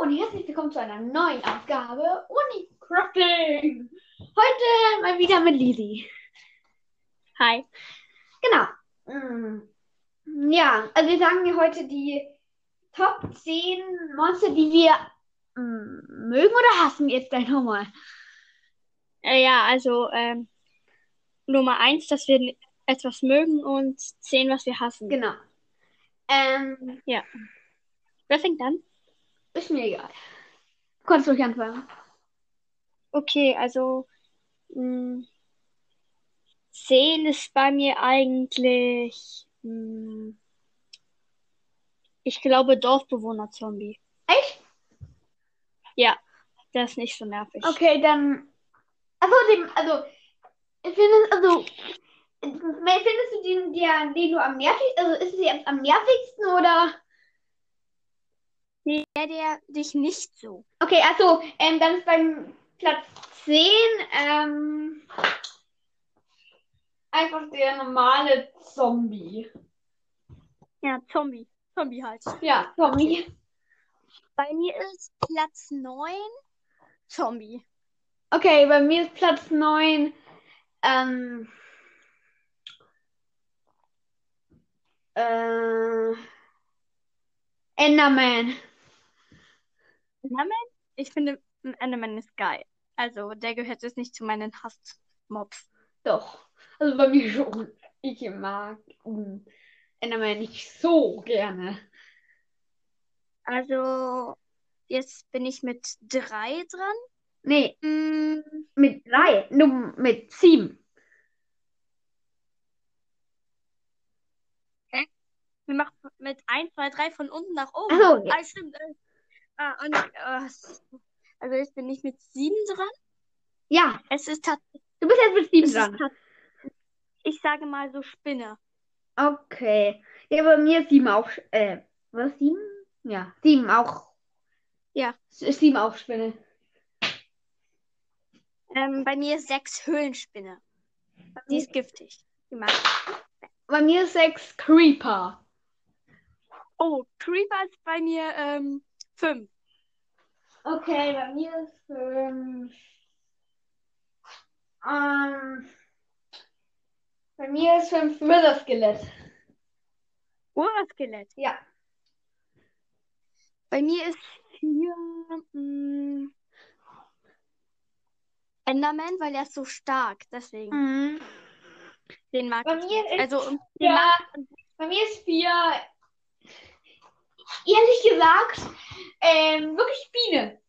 und herzlich willkommen zu einer neuen Aufgabe Unicrafting. Heute mal wieder mit Lisi. Hi. Genau. Mm. Ja, also wir sagen dir heute die Top 10 Monster, die wir mm, mögen oder hassen jetzt gleich nochmal. Äh, ja, also ähm, Nummer eins, dass wir n- etwas mögen und zehn, was wir hassen. Genau. Ähm, Wer fängt an? ist mir egal. Konntest du ruhig anfangen. Okay, also mh, zehn ist bei mir eigentlich, mh, ich glaube, Dorfbewohner-Zombie. Echt? Das ist nicht so nervig. Okay, dann. Also, dem, also, ich finde, also, findest du den, der, den du am nervigsten, also ist es jetzt am nervigsten oder? Der, der dich nicht so. Okay, also, ähm, dann ist beim Platz 10, ähm, einfach der normale Zombie. Ja, Zombie. Zombie halt. Ja, Zombie. Bei mir ist Platz 9 Zombie. Okay, bei mir ist Platz 9, ähm, äh, Enderman. Enderman? Ich finde, ein Enderman ist geil. Also, der gehört jetzt nicht zu meinen Hassmobs. Doch. Also bei mir schon. Ich mag ähm, Enderman nicht so gerne. Also, jetzt bin ich mit 3 dran. Nee, Mm, mit drei. Nur mit sieben. wir machen mit 1, 2, 3 von unten nach oben. Ach so, Oh, ja. Ah, stimmt. Äh, ah, und, äh, also, jetzt bin ich mit 7 dran. Ja, Es ist tatsächlich. du bist jetzt mit sieben Es ist dran. tat ich sage mal so Spinne. Okay. Ja, bei mir ist sieben auch. Sch- Äh, was? Sieben? Ja, sieben auch. Ja. S- Ist sieben auch Spinne. Ähm, bei mir ist 6 Höhlenspinne. Die ist giftig. Die mag ich. Bei mir ist sechs Creeper. Oh, Creeper ist bei mir ähm, 5. Okay, bei mir ist fünf. Ähm, bei mir ist fünf Wither Skelett. Urskelett. Ja. Bei mir ist hier mh, Enderman, weil er ist so stark. Deswegen, Mhm. den mag Bei ich. mir ist Also, um, den mag, Ja, bei mir ist vier. Ehrlich gesagt, ähm, wirklich Biene.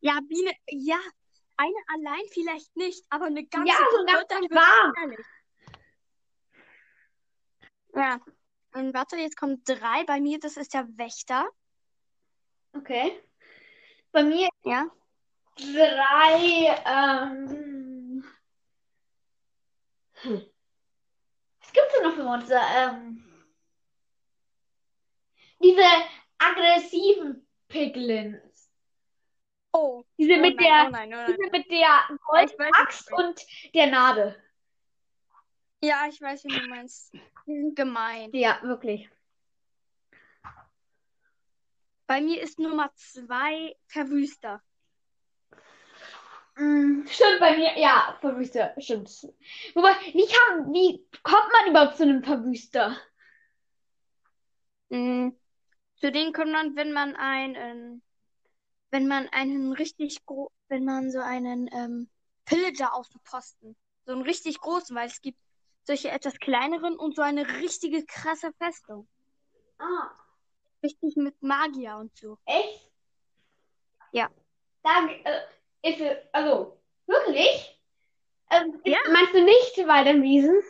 ja, Biene, ja, eine allein vielleicht nicht, aber eine ganze Ja, so ein Gruppe, dann wird Warm. gefährlich. Ja, und warte, jetzt kommt drei. Bei mir, das ist der Wächter. Okay. Bei mir Ja, drei. Ähm, hm. Was gibt's denn noch für Monster? Ähm, diese aggressiven Piglins. oh, Diese oh mit nein, der, oh nein, oh nein. diese mit der Ich weiß, Goldaxt und der Nadel. ja, ich weiß, wie du meinst. Die sind gemein. Ja, wirklich. Bei mir ist Nummer zwei Verwüster. Mm, Stimmt, bei mir, ja, Verwüster, stimmt. Wobei, wie kann, wie kommt man überhaupt zu einem Verwüster? Mhm. Zu denen kommt man, wenn man einen, wenn man einen richtig gro wenn man so einen ähm, Pillager auf dem Posten, so einen richtig großen, weil es gibt solche etwas kleineren und so eine richtige krasse Festung, Ah, richtig mit Magier und so. echt? Ja. Da, äh, ist, es- also, wirklich? Ähm, Ja. Meinst du nicht Waldernwiesen?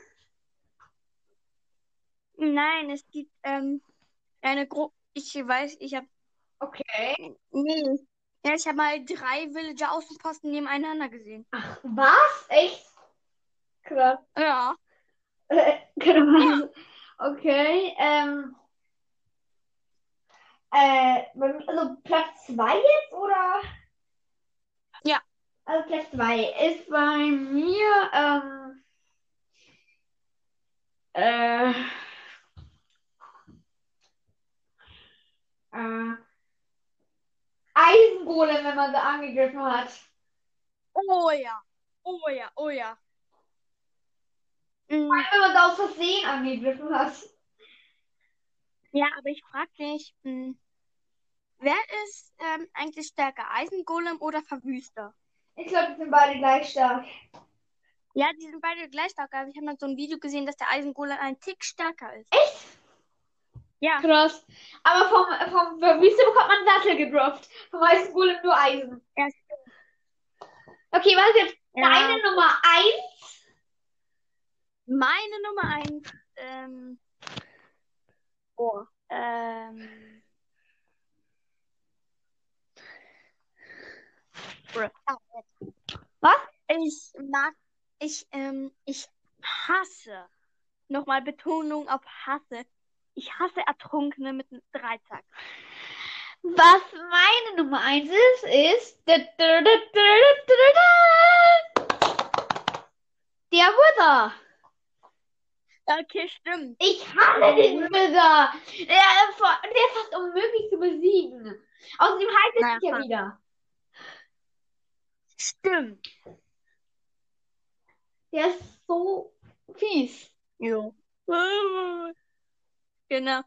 Nein, es gibt ähm, eine Gro ich weiß, ich habe Okay. nee, ja, ich habe mal drei Villager Außenposten nebeneinander gesehen. Ach, was? Echt? Krass. Ja. Äh, krass. Okay, ähm, äh, bei mir- also Platz 2 jetzt, oder? Ja. Also Platz 2 ist bei mir, ähm, äh, äh, Kohle, wenn man sie angegriffen hat. Oh ja. Oh ja, oh ja. Mm, Wenn man sie aus Versehen angegriffen hat. Ja, aber ich frag mich, mm, wer ist ähm, eigentlich stärker, Eisengolem oder Verwüster? Ich glaube, die sind beide gleich stark. Ja, die sind beide gleich stark, aber ich habe noch so ein Video gesehen, dass der Eisengolem einen Tick stärker ist. Echt? Ja. Krass. Aber vom, vom der Wüste bekommt man Sattel gedroppt. Vom heißen Golem nur Eisen. Ja, Okay, was ist jetzt Ja. deine Nummer 1? Meine Nummer eins, ähm, oh, ähm, Bruh. Ah, jetzt. Was? Ich mag, ich, ähm, ich hasse, nochmal Betonung auf hasse, ich hasse Ertrunkene mit einem Dreizack. Was meine Nummer 1 ist, ist der Wither. Okay, stimmt. Ich hasse diesen Wither. Der, ist vor- der ist fast unmöglich zu besiegen. Außerdem heilt er Naja, sich ja fast. wieder. Stimmt. Der ist so fies. Jo. Genau.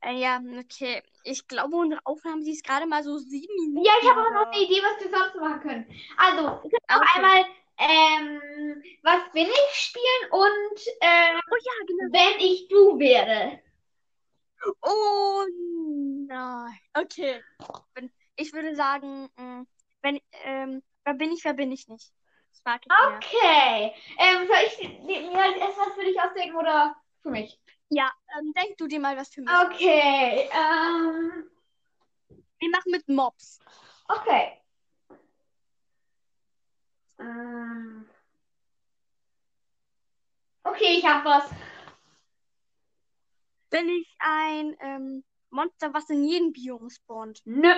Äh, ja, okay. Ich glaube, unsere Aufnahme, die ist gerade mal so sieben Minuten. Ja, ich habe auch noch aber- eine Idee, was wir sonst machen können. Also, wir können noch Okay. einmal ähm, Was bin ich spielen und ähm, Oh ja, genau. wenn ich du wäre. Oh nein. Okay. Wenn- Ich würde sagen, mh, wenn, ähm, wer bin ich, wer bin ich nicht. Das mag ich mehr. Okay. Ähm, soll ich mir als erstes was für dich ausdenken oder für mich? Ja, ähm, denk du dir mal was für mich. Okay. Ähm, Wir machen mit Mobs. okay. Ähm, okay, ich hab was. Bin ich ein ähm, Monster, was in jedem Biom spawnt? Nö.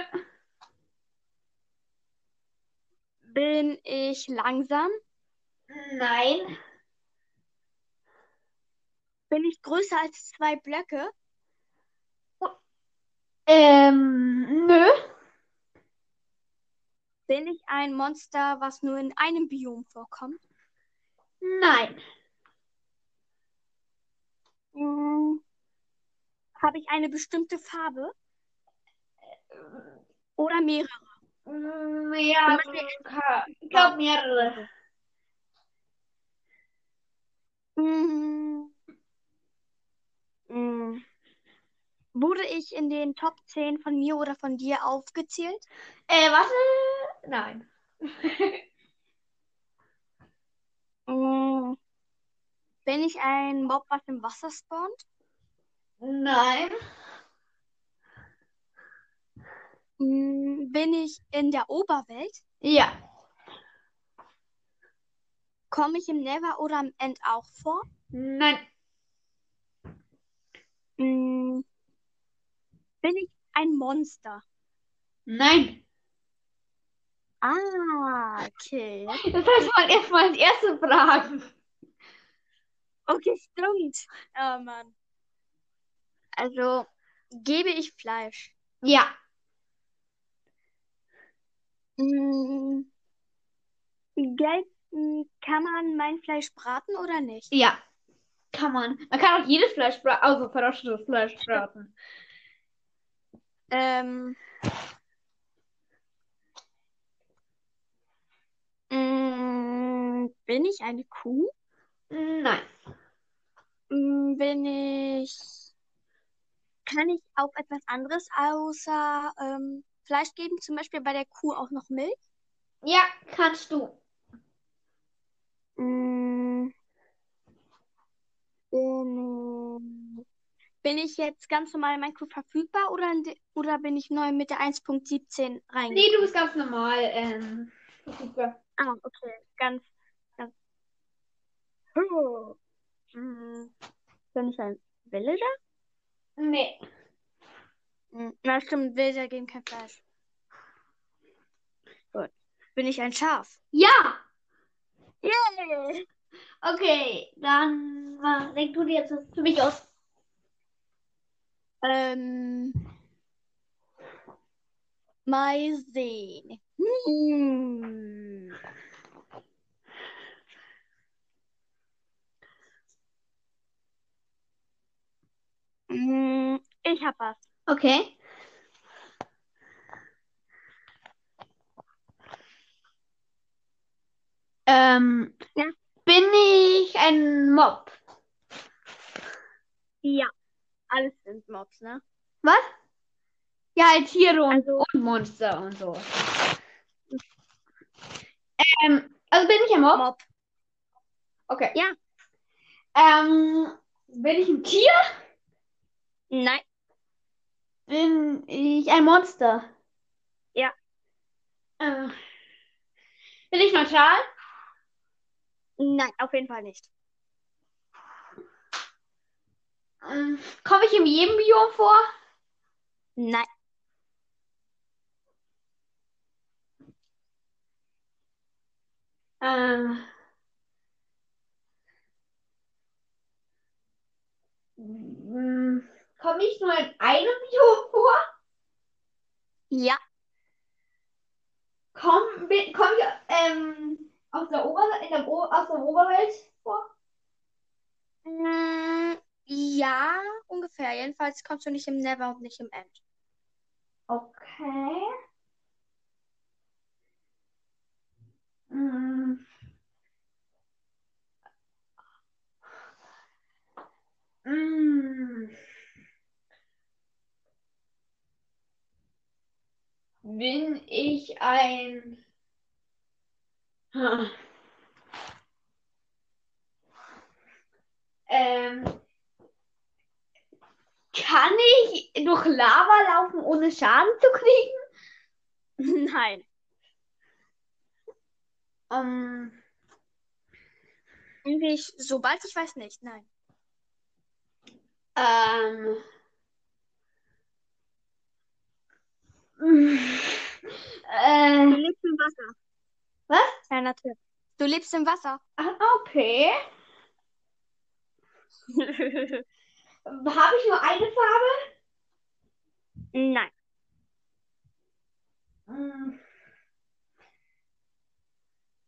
Bin ich langsam? Nein. Bin ich größer als zwei Blöcke? Ähm, nö. Bin ich ein Monster, was nur in einem Biom vorkommt? Nein. Mhm. Habe ich eine bestimmte Farbe oder mehrere? Mm, Ja, ka- ich glaube mehrere. Mhm. Mhm. Wurde ich in den Top 10 von mir oder von dir aufgezählt? Äh, warte. Nein. Mhm. Bin ich ein Mob, was im Wasser spawnt? Nein. Mhm. Bin ich in der Oberwelt? Ja. Komme ich im Never oder am End auch vor? Nein. Mhm. Bin ich ein Monster? Nein. Ah, okay. Das heißt, man erstmal als erste fragen. Okay, stimmt. Oh Mann. Also, gebe ich Fleisch? Ja. Mm, Gelten, kann man mein Fleisch braten oder nicht? Ja. Kann man. Man kann auch jedes Fleisch braten, also verrostetes Fleisch braten. Ähm. Mm, Bin ich eine Kuh? Nein. Mm, Bin ich. Kann ich auch etwas anderes außer ähm, Fleisch geben? Zum Beispiel bei der Kuh auch noch Milch? Ja, kannst du. Mm, Bin ich, bin ich jetzt ganz normal in Minecraft verfügbar oder, in de- oder bin ich neu mit der 1.17 Nee, du reingekommen? bist ganz normal. Ähm, verfügbar. Ah, okay. Ganz, ganz. Huh. Mm, Bin ich ein Villager? nee. Mm, Na stimmt, Villager geben kein Fleisch. Gut. Bin ich ein Schaf? Ja. Yay! Okay. Dann äh, denk du dir jetzt was für mich aus. Ähm, Mal sehen. Hm. Hm, Ich hab was. Okay. Ähm, Ja. bin ich ein Mob? Ja. Alles sind Mobs, ne? Was? Ja, halt Tiere und, Also- und Monster und so. Ähm, also bin ich ein Mob? Mob. Okay. Ja. Ähm, bin ich ein Tier? Nein. Bin ich ein Monster? Ja. Äh, bin ich neutral? Nein, auf jeden Fall nicht. Ähm, komme ich in jedem Biom vor? Nein. Ähm, komme ich nur in einem Biom vor? Ja. Komm, bin, komm ich ähm, aus der Ober in der, O- aus der Oberwelt vor? Hm, Ja, ungefähr. Jedenfalls kommst du nicht im Never und nicht im End. Okay. Mm. Mm. Bin ich ein... Hm. Ähm, kann ich durch Lava laufen, ohne Schaden zu kriegen? Nein. Ähm, Irgendwie, ich- sobald ich weiß nicht. Nein. ähm, Mm. Du äh, lebst im Wasser. Was? Kleiner Tipp. Du lebst im Wasser. ah, okay. Habe ich nur eine Farbe? Nein. Mm.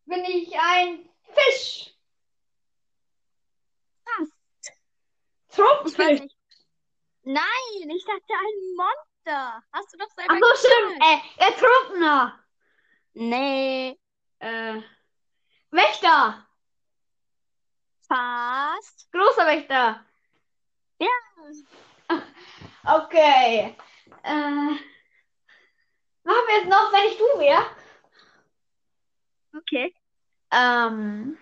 Bin ich ein Fisch? Was? Ich weiß Truppenfisch? nicht. Nein, ich dachte ein Monster. Hast du doch selber Ach so, stimmt. gesagt. Äh, der Truppener. Nee, Äh, Wächter. fast. Großer Wächter. Ja. Okay. Äh, machen wir jetzt noch, wenn ich du wäre. Okay. Ähm,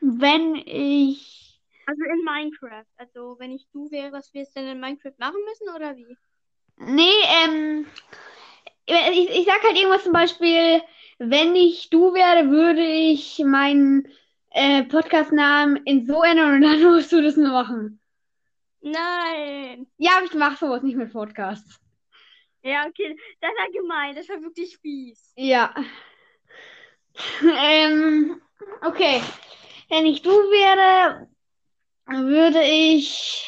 wenn ich. Also in Minecraft. Also wenn ich du wäre, was wir jetzt denn in Minecraft machen müssen oder wie? Nee, ähm. Ich, ich sag halt irgendwas zum Beispiel, wenn ich du wäre, würde ich meinen äh, Podcast-Namen in so ändern und dann musst du das nur machen. Nein. Ja, aber ich mach sowas nicht mit Podcasts. Ja, okay. Das war gemein. Das war wirklich fies. Ja. Ähm, okay. Wenn ich du wäre, würde ich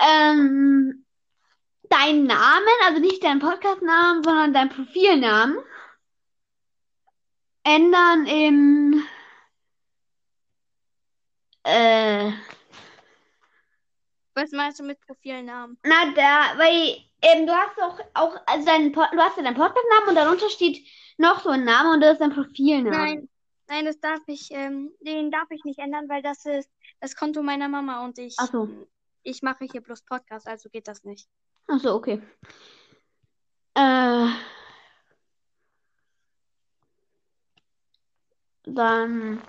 ähm, deinen Namen, also nicht deinen Podcast-Namen, sondern deinen Profilnamen ändern in äh, Was meinst du mit Profilnamen? na da, weil ähm, du hast doch auch, also deinen, Po- du hast ja deinen Podcast-Namen und darunter steht noch so ein Name und das ist dein Profilname. Nein, nein, das darf ich, ähm, den darf ich nicht ändern, weil das ist das Konto meiner Mama und ich, Ach so. ich mache hier bloß Podcast, also geht das nicht. Ach so, okay. Äh, dann,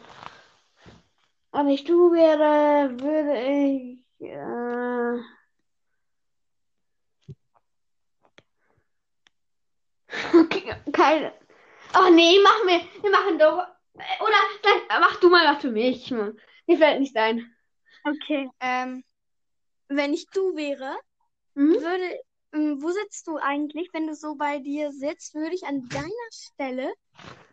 wenn ich du wäre, würde ich, äh, okay, keine, ach nee, mach mir, wir machen doch, äh, oder, dann, mach du mal was für mich, Mann. Mir fällt nichts ein. Okay. Ähm, wenn ich du wäre, Mhm. würde, ähm, wo sitzt du eigentlich? Wenn du so bei dir sitzt, würde ich an deiner Stelle,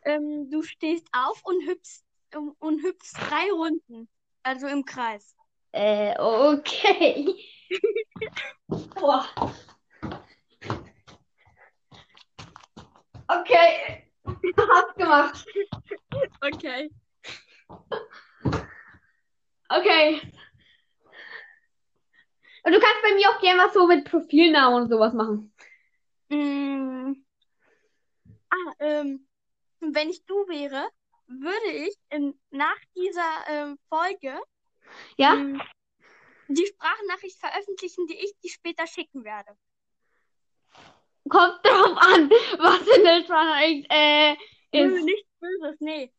ähm, du stehst auf und hüpfst, um, und hüpfst drei Runden, also im Kreis. Äh, okay. Boah. Okay. Hab's gemacht. Okay. Okay. Und du kannst bei mir auch gerne was so mit Profilnamen und sowas machen. Mm. Ah, ähm, wenn ich du wäre, würde ich in, nach dieser ähm, Folge Ja? ähm, die Sprachnachricht veröffentlichen, die ich dir später schicken werde. Kommt drauf an, was in der Sprache äh, Nö, ist. Nichts Böses, nee.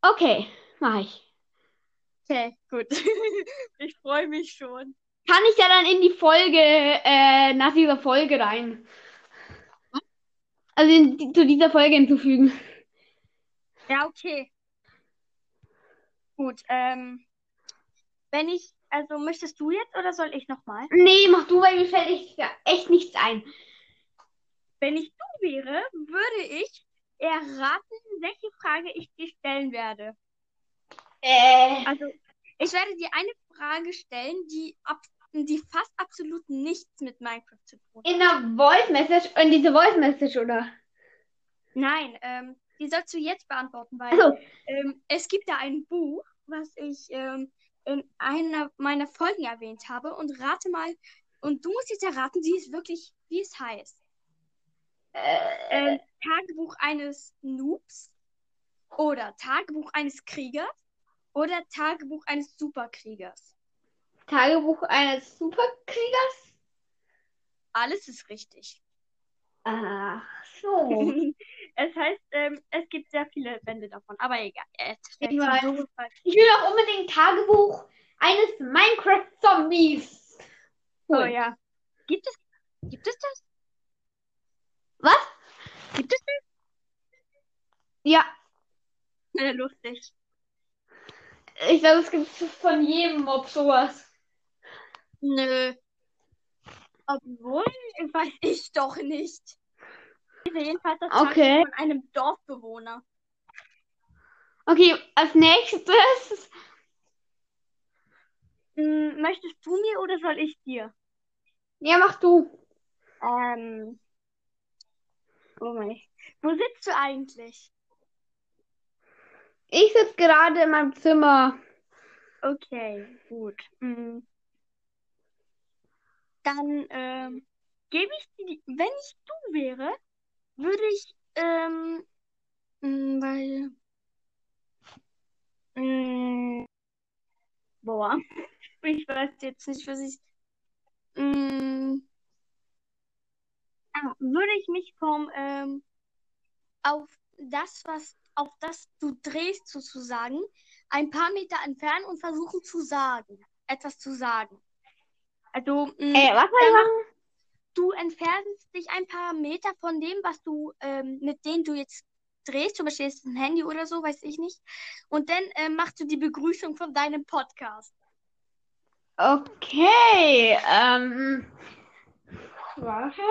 Okay, mach ich. Okay, gut. ich freue mich schon. Kann ich ja dann in die Folge, äh, nach dieser Folge rein. Also in, die- zu dieser Folge hinzufügen. Ja, okay. Gut, ähm, wenn ich, also möchtest du jetzt oder soll ich nochmal? Nee, mach du, weil mir fällt echt, echt nichts ein. Wenn ich du wäre, würde ich erraten, welche Frage ich dir stellen werde. Äh, Also, ich werde dir eine Frage stellen, die, ab, die fast absolut nichts mit Minecraft zu tun hat. in einer Voice Message, in diese Voice Message, oder? Nein, ähm, die sollst du jetzt beantworten, weil Also, ähm, es gibt da ein Buch, was ich ähm, in einer meiner Folgen erwähnt habe und rate mal, und du musst jetzt erraten, wie es wirklich, wie es heißt. äh, Ähm, Tagebuch eines Noobs oder Tagebuch eines Kriegers oder Tagebuch eines Superkriegers. Tagebuch eines Superkriegers? Alles ist richtig. Ach so. es heißt, ähm, es gibt sehr viele Bände davon, aber egal. Äh, Ich weiß. zum Wohlfall. Ich will auch unbedingt Tagebuch eines Minecraft-Zombies. Oh Cool. ja. Gibt es, gibt es das? Was? Gibt es das? Ja, Äh, lustig. ich glaube, es gibt von jedem Mob sowas. Nö. Obwohl, weiß ich doch nicht. Ich lese Jedenfalls das Tagebuch Okay. von einem Dorfbewohner. Okay, als nächstes. Hm, möchtest du mir oder soll ich dir? Ja, mach du. Ähm. Oh mein. Wo sitzt du eigentlich? Ich sitze gerade in meinem Zimmer. Okay, gut. Mm. Dann ähm, gebe ich dir, die- wenn ich du wäre, würde ich, ähm, mm, weil, mm, boah, ich weiß jetzt nicht, was ich, mm, ah, würde ich mich vom, ähm, auf das, was, auf das du drehst sozusagen, ein paar Meter entfernen und versuchen zu sagen, etwas zu sagen. Also, mh, Äh, was soll ich machen? du entfernst dich ein paar Meter von dem, was du, ähm, mit dem du jetzt drehst, zum Beispiel jetzt ein Handy oder so, weiß ich nicht. Und dann ähm, machst du die Begrüßung von deinem Podcast. Okay, ähm. Warte.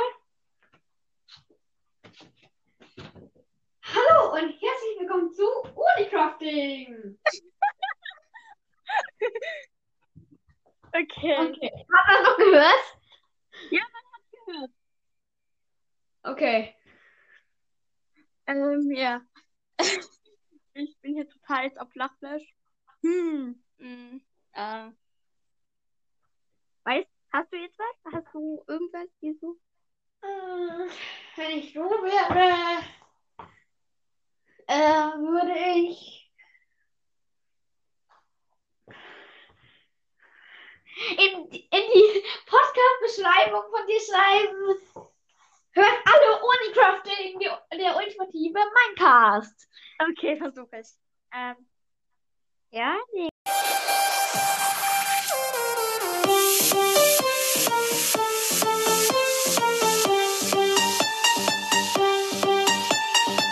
Hallo und herzlich willkommen zu Unicrafting. Okay. Okay. Hat man das noch gehört? Ja, man hat gehört. Okay. Ähm, ja. Ich bin hier total jetzt auf Lachflash. Hm. Mm, äh. Weißt, hast du jetzt was? Hast du irgendwas, wieso? Ähm, Wenn ich du wäre, äh, würde ich in, in die Podcast-Beschreibung von dir schreiben. Hört alle Unicrafting, die, der ultimative Minecast. Okay, versuche ich. Ähm, ja, nee.